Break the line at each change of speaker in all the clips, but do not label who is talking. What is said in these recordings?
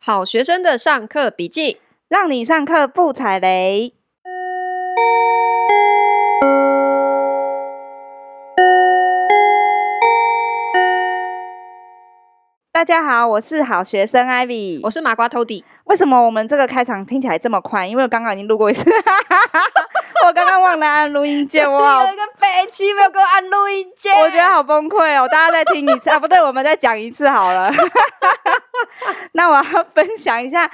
好学生的上课笔记。
让你上课不踩雷。大家好，我是好学生 Ivy。
我是麻瓜偷底，
为什么我们这个开场听起来这么快？因为我刚刚已经录过一次， 我刚刚忘了按录音键，我好，
个北七没有给我按录音键
我觉得好崩溃哦。大家再听一次 啊，不对，我们再讲一次好了。 那我要分享一下，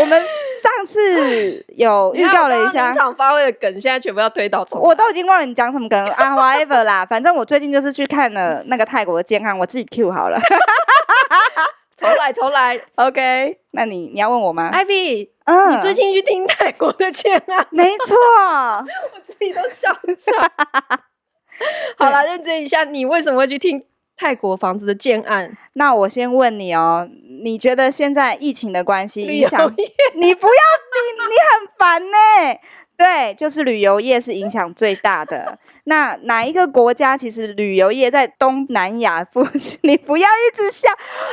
我们上次有预告了一下
临，场发挥的梗，现在全部要推倒重来。
我都已经忘了你讲什么梗 啊，whatever 啦，反正我最近就是去看了那个泰国的健康，我自己 Q 好了。
重来，重来。
嗯 OK，那你你要问我吗？
Ivy，
嗯？
哎你最近去听泰国的健啊
没错，
我自己都笑场。
嗯
好了，认真一下，你为什么会去听泰国房子的建案？
那我先问你哦，你觉得现在疫情的关系
旅
影
游
响
业
你不要你你很烦呢、对，就是旅游业是影响最大的。那哪一个国家其实旅游业在东南亚不？你不要一直笑，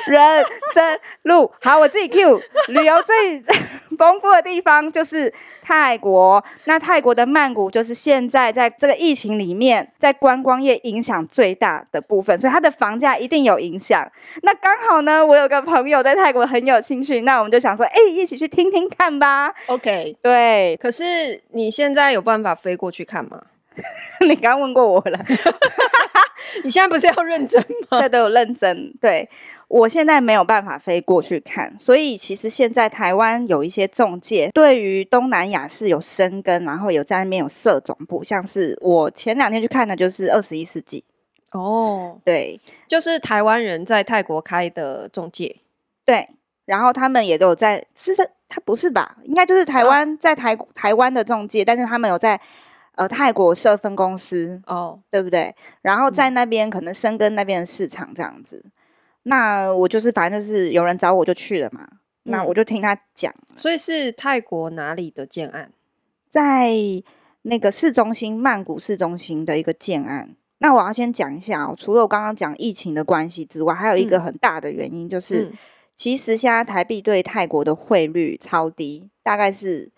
认真录。好，我自己 Q。旅游最 丰富的地方就是泰国。那泰国的曼谷就是现在在这个疫情里面，在观光业影响最大的部分，所以它的房价一定有影响。那刚好呢，我有个朋友在泰国很有兴趣，那我们就想说，哎、一起去听听看吧。
OK，
对，
可是你现在有办法飞过去看吗？
你刚问过我了，
你现在不是要认真吗？
这都有认真。对我现在没有办法飞过去看，所以其实现在台湾有一些中介对于东南亚是有深耕，然后有在那边有设总部，像是我前两天去看的就是二十一世纪，
哦，
对
就是台湾人在泰国开的中介。
对，然后他们也都有在，是在他不是吧？应该就是台
哦
湾在台台湾的中介，但是他们有在。呃，泰国设分公司，
哦，
对不对？然后
嗯
在那边可能深耕那边的市场这样子。那我就是反正就是有人找我就去了嘛，那我
嗯
就听他讲，
所以是泰国哪里的建案？
在那个市中心曼谷市中心的一个建案。那我要先讲一下哦，除了我刚刚讲疫情的关系之外，还有一个
嗯
很大的原因就是，
嗯
其实现在台币对泰国的汇率超低，大概是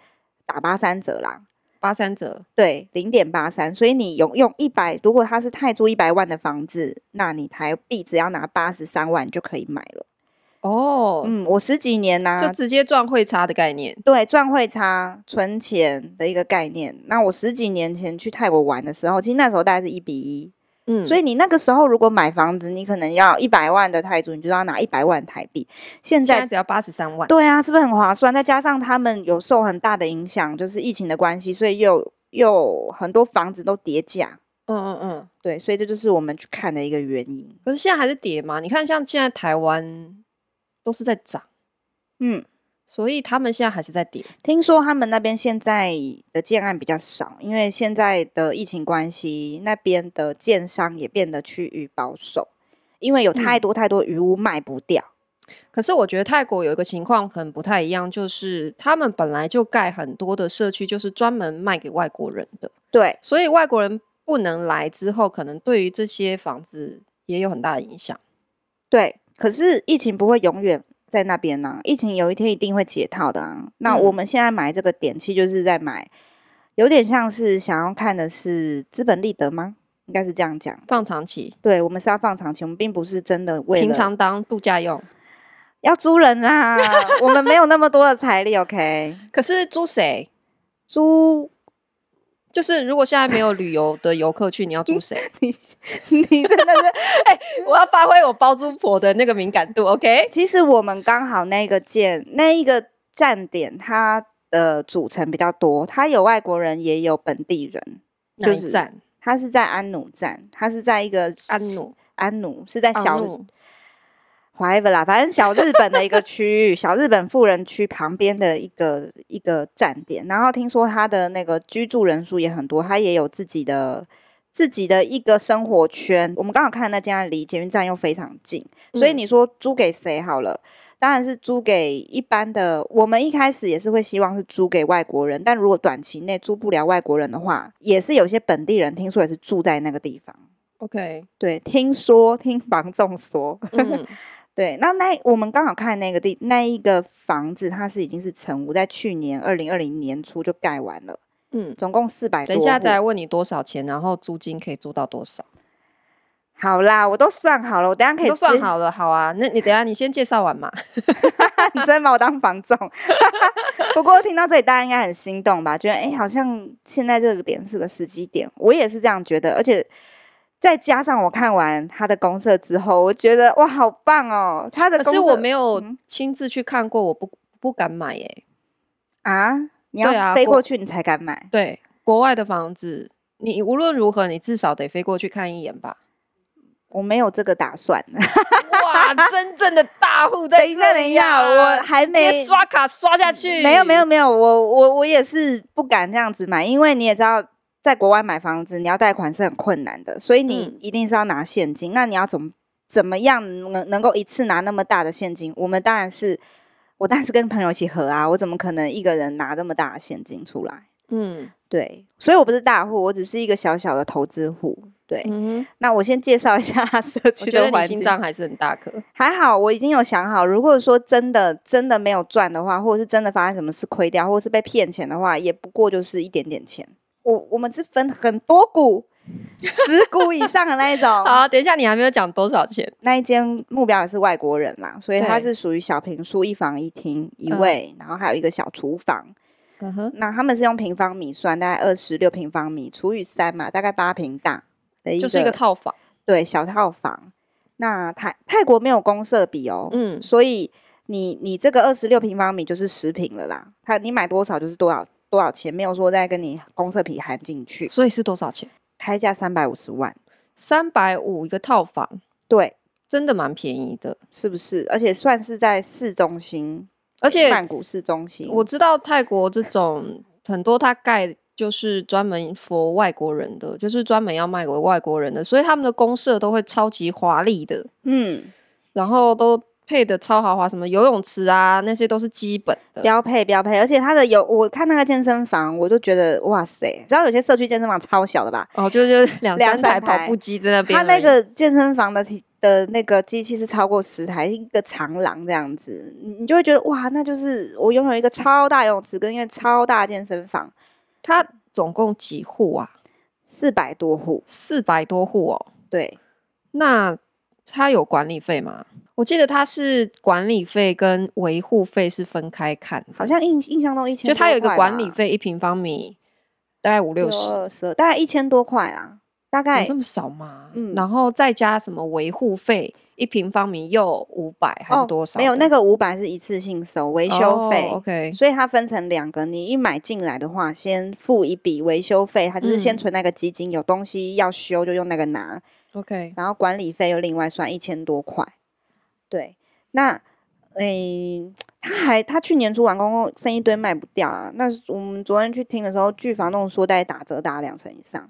打八三折啦。
八三折。
对，零点八三，所以你用用一百，如果它是泰铢一百万的房子，那你台币只要拿八十三万就可以买了。
哦，
嗯，我十几年呐、
就直接赚汇差的概念。
对赚汇差存钱的一个概念。那我十几年前去泰国玩的时候，其实那时候大概是一比一、
嗯
所以你那个时候如果买房子，你可能要一百万的泰铢，你就要拿一百万台币。现
现
在
在只要八十三万。
对啊，是不是很划算？再加上他们有受很大的影响，就是疫情的关系，所以又又很多房子都跌价。
嗯嗯嗯。
对，所以这就是我们去看的一个原因。
可是现在还是跌嘛？你看，像现在台湾都是在涨，
嗯，
所以他们现在还是在跌。
听说他们那边现在的建案比较少，因为现在的疫情关系，那边的建商也变得趋于保守，因为有
嗯
太多太多余屋卖不掉。
可是我觉得泰国有一个情况可能不太一样，就是他们本来就盖很多的社区，就是专门卖给外国人的，
对，
所以外国人不能来之后，可能对于这些房子也有很大的影响。
对，可是疫情不会永远在那边呢、疫情有一天一定会解套的啊。那我
嗯
们现在买这个点，其实就是在买，有点像是想要看的是资本利得吗？应该是这样讲。
放长期，
对，我们是要放长期，我们并不是真的为
平
了
常当度假用。
要租人啦，我们没有那么多的财力，OK？
可是租谁？
租
就是如果现在没有旅游的游客去，你要租谁？
你，你真的 是。
我要发挥我包租婆的那个敏感度，OK？
其实我们刚好那个建那一个站点，它的组成比较多，它有外国人，也有本地人。
就
就是
是站
它是在安努站，它是在一个
安努
安努是在小
安努
whatever 啦，反正小日本的一个区域，小日本富人区旁边的一个一个站点。然后听说他的那个居住人数也很多，他也有自己的自己的一个生活圈。我们刚好看的那家离捷运站又非常近，所以
嗯
你说租给谁好了？当然是租给一般的。我们一开始也是会希望是租给外国人，但如果短期内租不了外国人的话，也是有些本地人听说也是住在那个地方。
OK，
对，听说听房仲说，
嗯，
对，那那我们刚好看那个地那一个房子，它是已经是成屋，在去年二零二零年初就盖完了，
嗯，
总共四百多
等一下
户
再来问你多少钱，然后租金可以租到多少，
好啦，我都算好了，我等一下可以
都算
直
好了。好啊，那你等一下你先介绍完嘛。
你真把我当房仲。 不过听到这里，大家应该很心动吧？觉得哎、诶好像现在这个点是个时机点，我也是这样觉得。而且再加上我看完他的公社之后，我觉得哇，好棒哦！他的
可
公
是
社
我没有
嗯
亲自去看过，我不不敢买耶、
啊，你
对啊
要飞
国
过去你才敢买。
对，国外的房子，你无论如何，你至少得飞过去看一眼 吧。
我没有这个打算。
哇，真正的大户在
等一下，
这
等一
里
下，
呀、
我还
直接
没
刷卡刷下去。
没有没有，没有，我我我也是不敢这样子买，因为你也知道，在国外买房子你要贷款是很困难的，所以你
嗯
一定是要拿现金。那你要怎么怎么样能能够一次拿那么大的现金？我们当然是我当然是跟朋友一起合啊，我 怎么可能一个人拿这么大的现金出来？
嗯
对，所以我不是大户，我只是一个小小的投资户。对，
嗯哼，
那我先介绍一下社
我
区
觉
的
得
环
你心
境。
脏还是很大颗。
还好，我已经有想好，如果说真的真的没有赚的话，或者是真的发生什么事亏掉，或者是被骗钱的话，也不过就是一点点钱。我我们是分很多 股，十股以上的那一种。
好，等一下你还没有讲多少钱。
那一间目标也是外国人啦，所以它
对
是属于小平数，一房一厅一
嗯
卫，然后还有一个小厨房。
嗯哼，
那他们是用平方米算，大概二十六平方米除以三嘛，大概八平大的一个，
就是一个套房。
对小套房。那泰泰国没有公社比哦，
嗯，
所以你你这个二十六平方米就是十平了啦，它你买多少就是多少多少钱，没有说再跟你公社皮含进去，
所以是多少钱？
开价三百五十万，
三百五一个套房，
对，
真的蛮便宜的。
是不是？而且算是在市中心，
而且
曼谷市中心，
我知道泰国这种很多，它盖就是专门 for 外国人的，就是专门要卖给外国人的，所以他们的公社都会超级华丽的，
嗯，
然后都配的超豪华，什么游泳池啊那些都是基本的。
标配标配，而且它的有我看那个健身房，我就觉得哇塞，知道有些社区健身房超小的吧？
哦，就是两
两
三
三
台跑
台
步机在那边
它
而已，
那个健身房的体的那个机器是超过十台，一个长廊这样子，你你就会觉得哇，那就是我拥有一个超大游泳池跟一个超大健身房，
它总共几户啊？
四百多户，
四百多户哦。
对，
那它有管理费吗？我记得它是管理费跟维护费是分开看的，
好像印印象中一千，
就它有一个管理，费，一平方米大概五六十，
六十，大概一千多块啊，大概
有这么少吗？
嗯
然后再加什么维护费，一平方米又五百还是
哦
多少的、
没有那个五百是一次性收维修费。
哦 OK，
所以它分成两个，你一买进来的话，先付一笔维修费，它就是先
嗯
存那个基金，有东西要修就用那个拿，
OK，
然后管理费又另外算一千多块。对，那诶、他还他去年初完工，生一堆卖不掉啊。那是我们昨天去听的时候，据房东说大概打折打两成以上，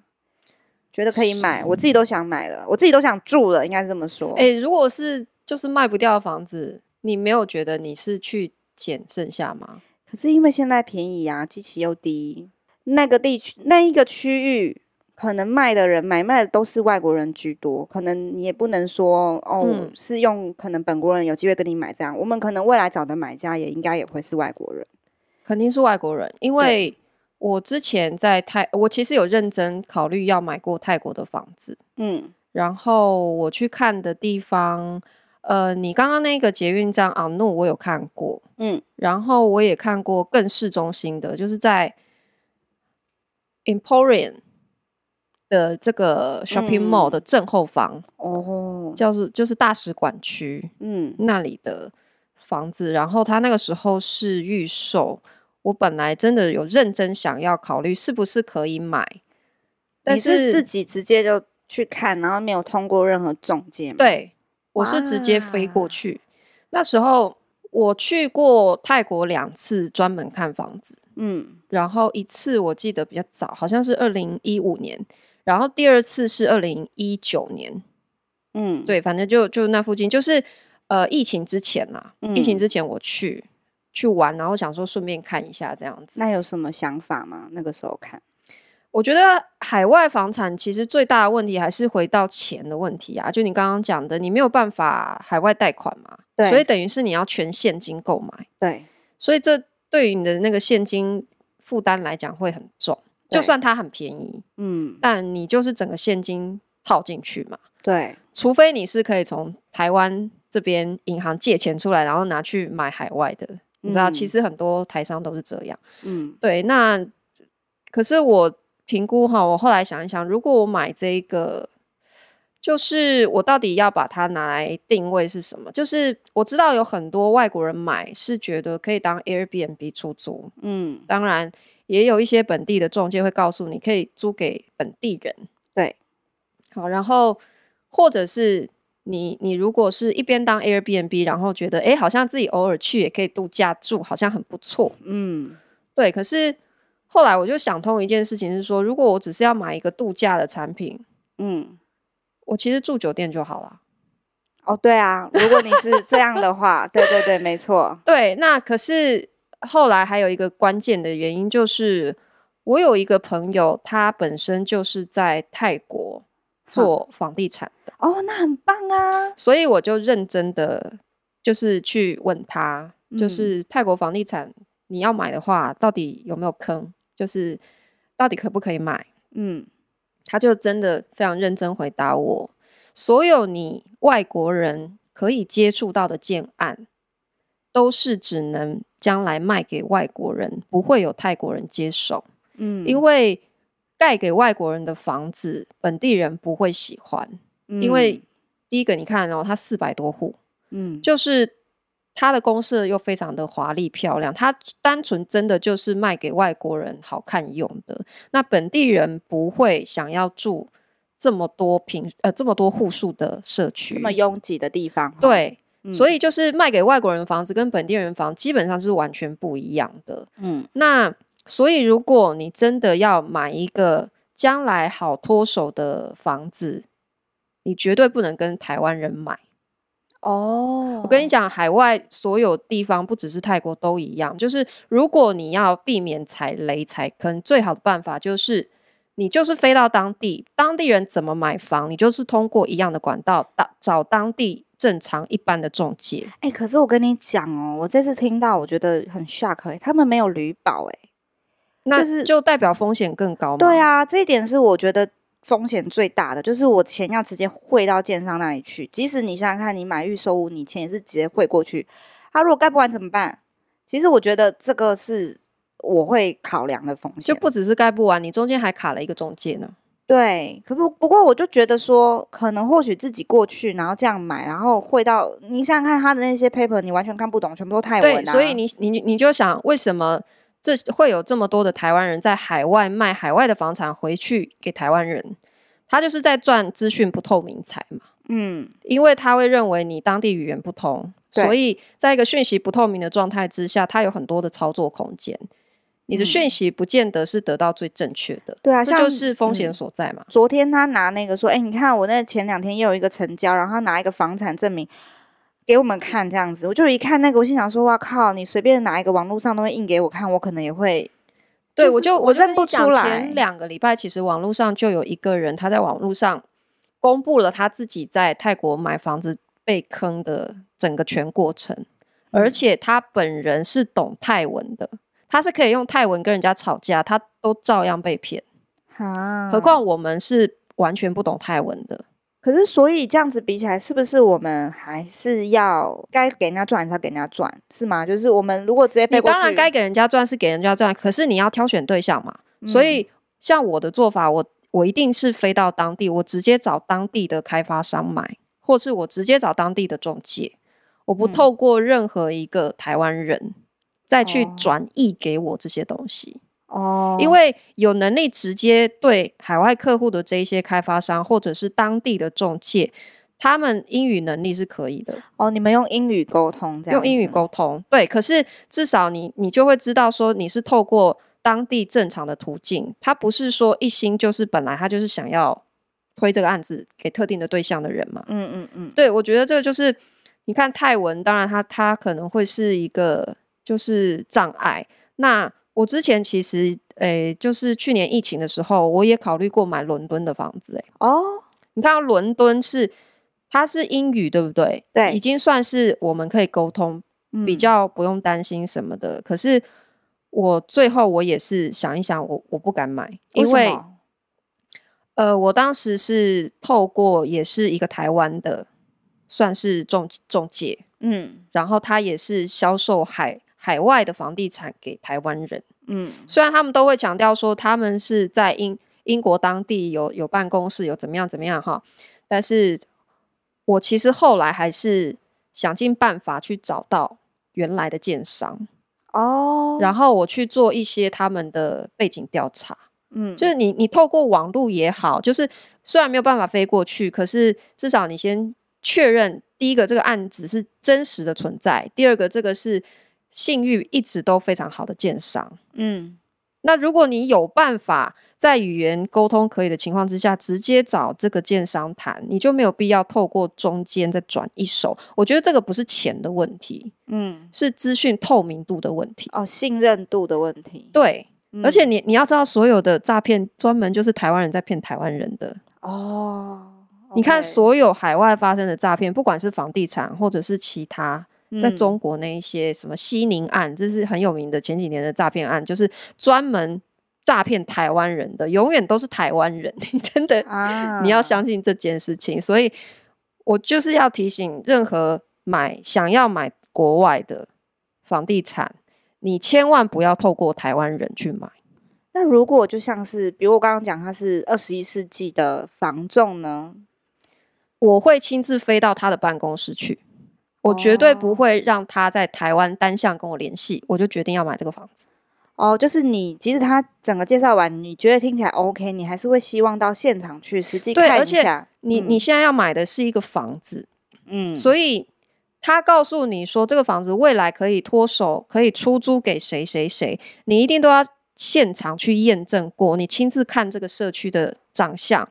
觉得可以买，我自己都想买了，我自己都想住了，应该是这么说。
哎、如果是就是卖不掉的房子，你没有觉得你是去捡剩下吗？
可是因为现在便宜啊，机器又低，那个地区那一个区域。可能卖的人买卖的都是外国人居多，可能你也不能说哦、
嗯
是用可能本国人有机会跟你买这样，我们可能未来找的买家也应该也会是外国人。
肯定是外国人，因为我之前在泰，我其实有认真考虑要买过泰国的房子，
嗯，
然后我去看的地方，呃，你刚刚那个捷运站昂诺我有看过，
嗯，
然后我也看过更市中心的，就是在 Emporium 的这个 shopping
嗯
mall 的正后方，
哦，
叫做就是大使馆区
嗯
那里的房子，然后他那个时候是预售，我本来真的有认真想要考虑是不是可以买，但
你是自己直接就去看，然后没有通过任何中介吗？，
对，我是直接飞过
哇
去。那时候我去过泰国两次，专门看房子。
嗯
然后一次我记得比较早，好像是二零一五年，然后第二次是二零一九年。
嗯，，
对，反正就就那附近，就是呃疫情之前啦，疫情
嗯
之前我去去玩，然后想说顺便看一下这样子。
那有什么想法吗？那个时候看，
我觉得海外房产其实最大的问题还是回到钱的问题啊，就你刚刚讲的，你没有办法海外贷款嘛，所
对
以等于是你要全现金购买，
对
所以这对于你的那个现金负担来讲会很重。就
对
算它很便宜，
嗯
但你就是整个现金套进去嘛，
对
除非你是可以从台湾这边银行借钱出来，然后拿去买海外的，你知道，其
嗯
实很多台商都是这样。
嗯
对，那可是我评估哈，我后来想一想，如果我买这一个，就是我到底要把它拿来定位是什么？就是我知道有很多外国人买是觉得可以当 Airbnb 出租，
嗯
当然也有一些本地的中介会告诉你可以租给本地人。
对，
好，然后或者是你你如果是一边当 Airbnb，然后觉得诶好像自己偶尔去也可以度假住，好像很不错。
嗯
对，可是后来我就想通一件事情是说，如果我只是要买一个度假的产品，
嗯。
我其实住酒店就好了。
哦，对啊，如果你是这样的话， 对对对，没错，
对，那可是后来还有一个关键的原因就是，我有一个朋友，他本身就是在泰国做房地产的，
哦，那很棒啊，
所以我就认真的就是去问他，就
嗯
是泰国房地产你要买的话，到底有没有坑？就是到底可不可以买？
嗯
他就真的非常认真回答我：所有你外国人可以接触到的建案，都是只能将来卖给外国人，不会有泰国人接手，
嗯，
因为盖给外国人的房子，本地人不会喜欢，因为第一个你看哦，它四百多户，
嗯，
就是它的公社又非常的华丽漂亮，它单纯真的就是卖给外国人好看用的。那本地人不会想要住这么多平呃这么多户数的社区，
这么拥挤的地方，，
对。
嗯
所以就是卖给外国人的房子跟本地人的房基本上是完全不一样的。
嗯
那所以，如果你真的要买一个将来好脱手的房子，你绝对不能跟台湾人买。
哦，
我跟你讲，海外所有地方，不只是泰国都一样。就是如果你要避免踩雷踩坑，最好的办法就是你就是飞到当地，当地人怎么买房，你就是通过一样的管道，当找当地正常一般的中介。
哎、可是我跟你讲哦，我这次听到我觉得很 shock，、欸、他们没有旅保哎、
那
是
就代表风险更高嘛？
对，啊，这一点是我觉得风险最大的，就是我钱要直接汇到建商那里去。即使你想想看，你买预售屋，你钱也是直接汇过去，他、如果盖不完怎么办？其实我觉得这个是我会考量的风
就
险。
不只是盖不完，你中间还卡了一个中介呢。
对，可不不过我就觉得说，可能或许自己过去，然后这样买，然后汇到你想想看他的那些 paper，你完全看不懂，全部都泰文
对，
啊。
所以你你你就想，为什么这会有这么多的台湾人在海外卖海外的房产回去给台湾人？他就是在赚资讯不透明财嘛，
嗯
因为他会认为你当地语言不通，
对
所以在一个讯息不透明的状态之下，他有很多的操作空间。你的讯息不见得是得到最正确的，
对啊
这就
嗯像
是风
嗯
险所在嘛。
昨天他拿那个说，哎、你看我那前两天又有一个成交，然后他拿一个房产证明给我们看，这样子，我就一看那个，我心想说，哇靠，你随便拿一个网络上都会印给我看，我可能也会，
对，
就
我
是
就
我
我就
认
跟你
不
讲
出来
前两个礼拜，其实网络上就有一个人，他在网络上公布了他自己在泰国买房子被坑的整个全过程，而
嗯
且他本人是懂泰文的，他是可以用泰文跟人家吵架，他都照样被骗。
啊
何况我们是完全不懂泰文的。
可是所以这样子比起来，是不是我们还是要该给人家赚还是要给人家赚，是吗？就是我们如果直接
你
飞过去，
当然该给人家赚是给人家赚，可是你要挑选对象嘛。
嗯
所以像我的做法，我我一定是飞到当地，我直接找当地的开发商买，或是我直接找当地的中介，我不
嗯
透过任何一个台湾人再去
哦
转译给我这些东西，
哦，
因为有能力直接对海外客户的这一些开发商或者是当地的中介。他们英语能力是可以的，
哦，你们用英语沟通，这样
用英语
子
沟通，对。可是至少你你就会知道说你是透过当地正常的途径，他不是说一心就是本来他就是想要推这个案子给特定的对象的人嘛。
嗯嗯嗯，
对，我觉得这个就是你看泰文，当然他他可能会是一个就是障碍。那我之前其实诶，就是去年疫情的时候，我也考虑过买伦敦的房子、诶，
哦，
你看到伦敦是它是英语对不对？
对
已经算是我们可以沟通，
嗯
比较不用担心什么的。可是我最后我也是想一想，我我不敢买，因
什
为
么
呃，我当时是透过也是一个台湾的，算是中中介，
嗯
然后他也是销售海海外的房地产给台湾人。
嗯
虽然他们都会强调说他们是在英英国当地有有办公室，有怎么样怎么样哈，但是我其实后来还是想尽办法去找到原来的建商，
哦，
然后我去做一些他们的背景调查，
嗯
就是你你透过网络也好，就是虽然没有办法飞过去，可是至少你先确认第一个这个案子是真实的存在，第二个这个是信誉一直都非常好的建商。
嗯
那如果你有办法在语言沟通可以的情况之下，直接找这个建商谈，你就没有必要透过中间再转一手。我觉得这个不是钱的问题，
嗯
是资讯透明度的问题。
哦，信任度的问题，
对，而且
嗯
你你要知道，所有的诈骗专门就是台湾人在骗台湾人的。
哦，
你看，
OK，
所有海外发生的诈骗，不管是房地产或者是其他，在
嗯
中国那一些什么西宁案，这是很有名的前几年的诈骗案，就是专门诈骗台湾人的，永远都是台湾人。 你真的，
啊，
你要相信这件事情。所以，我就是要提醒任何买想要买国外的房地产，你千万不要透过台湾人去买。
那如果就像是，比如我刚刚讲，它是二十一世纪的房仲呢？
我会亲自飞到他的办公室去，我绝对不
哦
会让他在台湾单向跟我联系，我就决定要买这个房子。
哦，就是你即使他整个介绍完，你觉得听起来 OK，你还是会希望到现场去实际
对
看
而
一
且
下。
你、你现在要买的是一个房子，
嗯，
所以他告诉你说这个房子未来可以脱手，可以出租给谁谁谁，你一定都要现场去验证过，你亲自看这个社区的长相，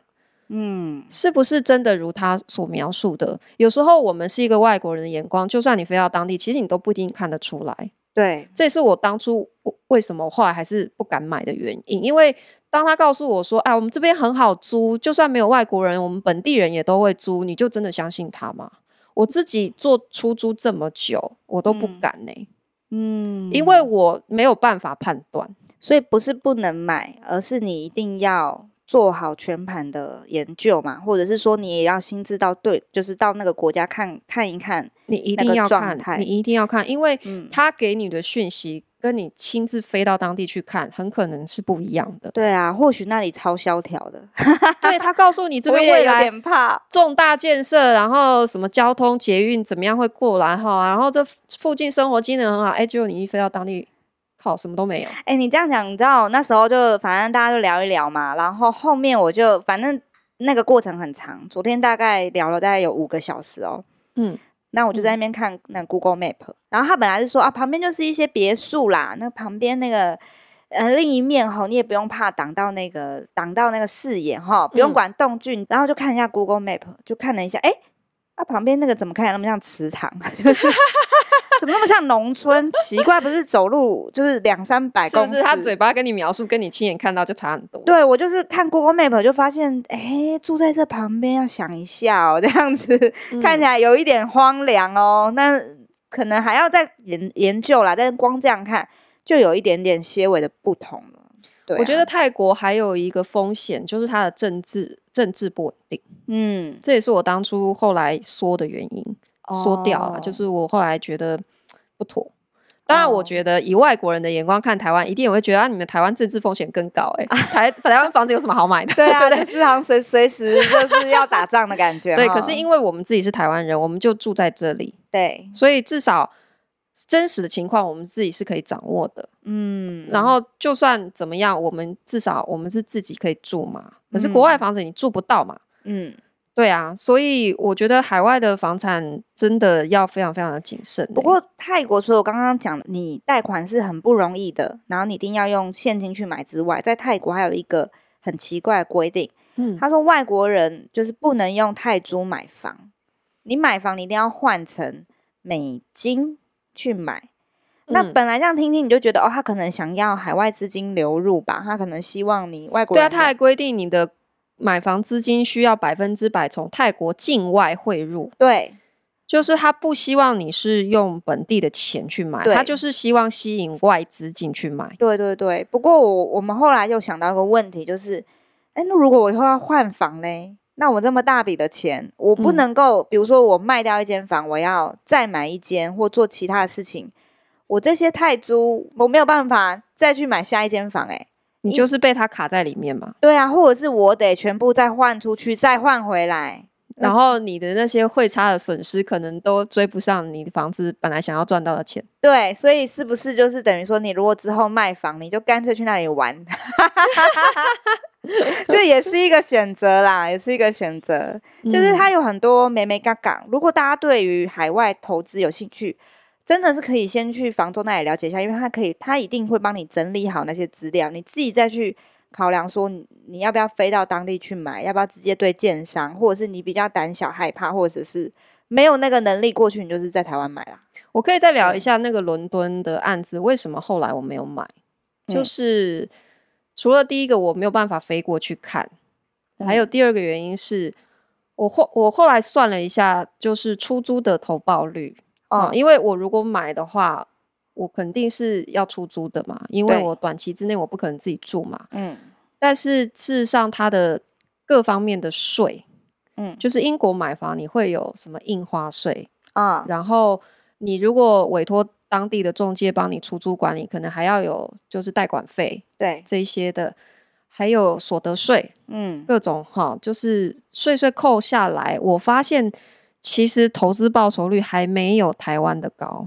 嗯
是不是真的如他所描述的？有时候我们是一个外国人的眼光，就算你飞到当地，其实你都不一定看得出来。
对，
这也是我当初我为什么我后来还是不敢买的原因，因为当他告诉我说：“哎，我们这边很好租，就算没有外国人，我们本地人也都会租。”你就真的相信他吗？我自己做出租这么久，我都不
嗯
敢呢、
嗯，
因为我没有办法判断。
所以不是不能买，而是你一定要做好全盘的研究嘛，或者是说你也要亲自到对，就是到那个国家看看一看。
你一
那
定
个
要
状
看，
态
你一定要看，因为
嗯，
他给你的讯息跟你亲自飞到当地去看，很可能是不一样 的。
对啊，或许那里超萧条的，
对他告诉你这
我
边
也
未
有
来
点怕。
重大建设，然后什么交通、捷运怎么样会过来哈，然后这附近生活机能很好，哎，结果你一飞到当地，靠，什么都没有。
哎、你这样讲，你知道那时候就反正大家就聊一聊嘛，然后后面我就反正那个过程很长，昨天大概聊了大概有五个小时哦。
嗯，
那我就在那边看那 Google Map，、然后他本来是说啊，旁边就是一些别墅啦，那旁边那个呃另一面吼，你也不用怕挡到那个挡到那个视野哈，不用
嗯
管动距。然后就看一下 Google Map，就看了一下，哎、啊旁边那个怎么看起来那么像祠堂？ 就是怎么那么像农村？奇怪，不是走路就是两三百
是
公
不
尺？
是他嘴巴跟你描述，跟你亲眼看到就差很多？
对我就是看 Google Map 就发现，哎，住在这旁边要想一下哦，这样子。
嗯
看起来有一点荒凉哦，那可能还要再研研究啦。但是光这样看，就有一点点些微的不同了。对啊、
我觉得泰国还有一个风险，就是它的政治政治不稳定，
嗯，
这也是我当初后来缩的原因，缩掉了。
哦
就是我后来觉得不妥。当然，我
哦
觉得以外国人的眼光看台湾，一定也会觉得啊，你们台湾政治风险更高哎、台 台湾房子有什么好买的？
对 啊，
不
对，是好像随随时就是要打仗的感觉哈。
对，可是因为我们自己是台湾人，我们就住在这里，
对，
所以至少真实的情况我们自己是可以掌握的。
嗯，
然后就算怎么样，我们至少我们是自己可以住嘛。可是国外
嗯
房子你住不到嘛？
嗯，
对啊，所以我觉得海外的房产真的要非常非常的谨慎欸、
不过泰国除了我刚刚讲你贷款是很不容易的，然后你一定要用现金去买之外，在泰国还有一个很奇怪的规定。
嗯，
他说外国人就是不能用泰铢买房，你买房你一定要换成美金去买。那
嗯
本来这样听听，你就觉得哦，他可能想要海外资金流入吧，他可能希望你外国
对啊，
人
他还规定你的买房资金需要百分之百从泰国境外汇入，
对
就是他不希望你是用本地的钱去买，他
对
就是希望吸引外资进去买。
对对对。不过我我们后来又想到一个问题，就是，哎，那如果我以后要换房嘞，那我这么大笔的钱，我不
嗯
能够，比如说我卖掉一间房，我要再买一间或做其他的事情，我这些泰铢我没有办法再去买下一间房、诶哎。
你就是被他卡在里面嘛，
对啊，或者是我得全部再换出去，再换回来。
然后你的那些汇差的损失可能都追不上你的房子本来想要赚到的钱。
对，所以是不是就是等于说，你如果之后卖房，你就干脆去那里玩， 这也是一个选择啦，也是一个选择。就是
嗯
它有很多美美嘎嘎。如果大家对于海外投资有兴趣，真的是可以先去房东那里了解一下，因为他可以，他一定会帮你整理好那些资料，你自己再去考量说你你要不要飞到当地去买，要不要直接对建商，或者是你比较胆小害怕，或者是没有那个能力过去，你就是在台湾买啦。
我可以再聊
对
一下那个伦敦的案子，为什么后来我没有买？就
嗯
是除了第一个我没有办法飞过去看，还有第二个原因是我后我后来算了一下，就是出租的投报率啊、
嗯
因为我如果买的话，我肯定是要出租的嘛，因为
对
我短期之内我不可能自己住嘛。
嗯
但是事实上，它的各方面的税，
嗯
就是英国买房你会有什么印花税，
啊
然后你如果委托当地的中介帮你出租管理，可能还要有就是代管费
对，
这一些的，还有所得税
嗯
各种哈，就是税税扣下来，我发现其实投资报酬率还没有台湾的高。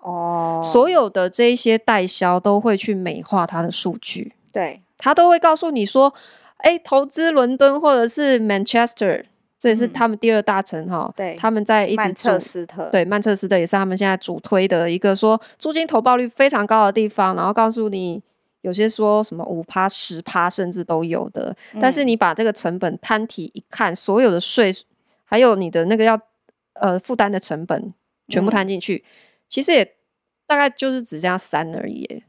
哦，
所有的这一些代销都会去美化它的数据，
对
他都会告诉你说，哎，投资伦敦或者是 Manchester，这也是
嗯
他们第二大城哈，
对
他们在一直
曼彻
主
斯特
对，曼彻斯特也是他们现在主推的一个说租金投报率非常高的地方，然后告诉你有些说什么五趴、十趴甚至都有的，但是
嗯
你把这个成本摊提一看，所有的税还有你的那个要呃负担的成本全部
嗯
摊进去，其实也大概就是只加三而已耶，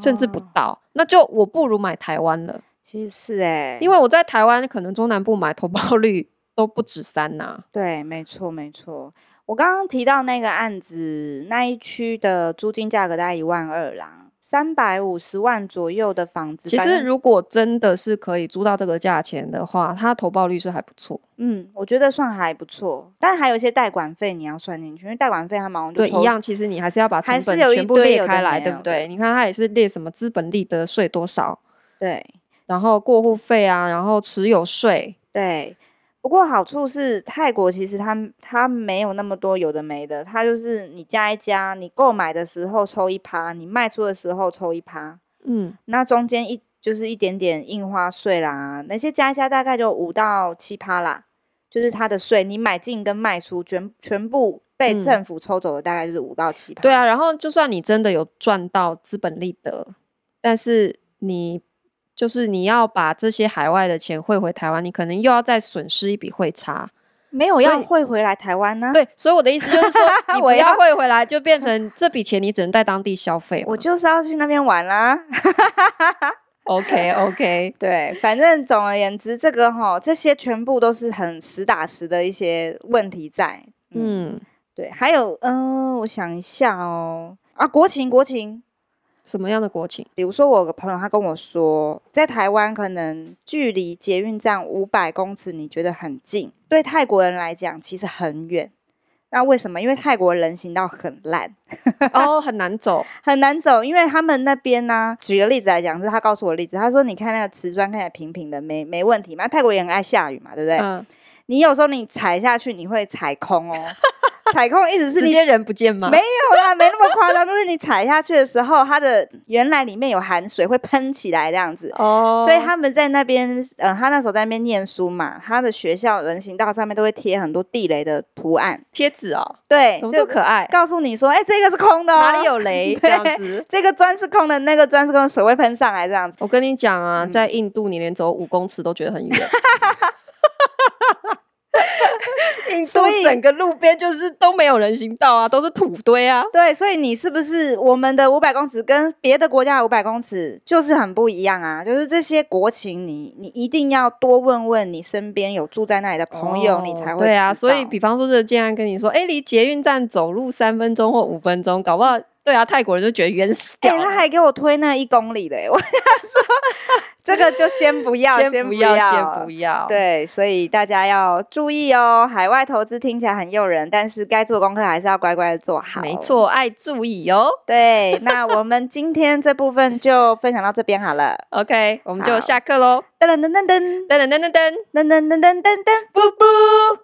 甚至不
哦
到，那就我不如买台湾了，
其实是哎、
因为我在台湾可能中南部买投报率都不止三呐、
对，没错没错。我刚刚提到那个案子，那一区的租金价格大概一万二啦，三百五十万左右的房子，
其
反
实，
正
如果真的是可以租到这个价钱的话，它投报率是还不错，
嗯，我觉得算还不错，但还有一些代管费你要算进去，因为代管费他们好像就
对，
抽
一样。其实你还是要把成
还是
本
有一
全部
堆
列
有的
开来，
没
对不
有
对？你看它也是列什么资本利得税多少，
对
然后过户费啊，然后持有税，
对。不过好处是泰国其实它它没有那么多有的没的，它就是你加一加，你购买的时候抽一趴，你卖出的时候抽一趴，
嗯，
那中间一就是一点点印花税啦，那些加一加大概就五到七趴啦，就是它的税，你买进跟卖出全全部被
嗯
政府抽走的，大概就是五到七趴。
对啊。然后就算你真的有赚到资本利得，但是你就是你要把这些海外的钱汇回台湾，你可能又要再损失一笔汇差，
没有
所
要
以
汇回来台湾呢、，
对。所以我的意思就是 说，你不
我要
要汇回来，就变成这笔钱你只能在当地消费嘛。
我就是要去那边玩啦。
OK OK，
对，反正总而言之，这个哈，这些全部都是很实打实的一些问题在。嗯，
嗯，
对，还有，嗯、我想一下哦，啊，国情，国情，
什么样的国 情？
比如说，我有个朋友他跟我说，在台湾可能距离捷运站五百公尺，你觉得很近，对泰国人来讲其实很远。那为什么？因为泰国人行道很烂，
哦，很难走，
很难走。因为他们那边呢、举个例子来讲，是他告诉我的例子，他说：“你看那个瓷砖看起来平平的，没没问题嘛。泰国也很爱下雨嘛，对不对？
嗯，
你有时候你踩下去，你会踩空 哦。踩空意思是
直
你
接人不见吗？
没有啦，没那么夸张，就是你踩下去的时候，它的原来里面有含水会喷起来这样子。
哦，
所以他们在那边，呃，他那时候在那边念书嘛，他的学校人行道上面都会贴很多地雷的图案，
贴纸哦，
对，
怎么
就
这么可爱？
告诉你说，哎、这个是空的、哦，
哪里有 雷这
对
样子？
这个砖是空的，那个砖是空的，水会喷上来这样子。
我跟你讲啊，
嗯
在印度你连走五公尺都觉得很远， 印
所以
度整个路边就是都没有人行道啊，都是土堆啊。
对，所以你是不是我们的五百公尺跟别的国家的五百公尺就是很不一样啊？就是这些国情你，你一定要多问问你身边有住在那里的朋友，你
哦
才会
对啊。
知
所以，
道
比方说，这个建安跟你说，哎，离捷运站走路三分钟或五分钟，搞不好对啊，泰国人就觉得冤死
哎、
掉了。
他还给我推那一公里嘞！我 想说，这个就先不要，
先
不
要，先不要。，
对，所以大家要注意哦。海外投资听起来很诱人，但是该做功课还是要乖乖的做好。
没，错，爱注意哦。
对。那我们今天这部分就分享到这边好了。
OK，我们就
好
下课喽。
噔噔噔噔
噔噔噔噔
噔
噔，
噔噔噔噔噔噔。
布布。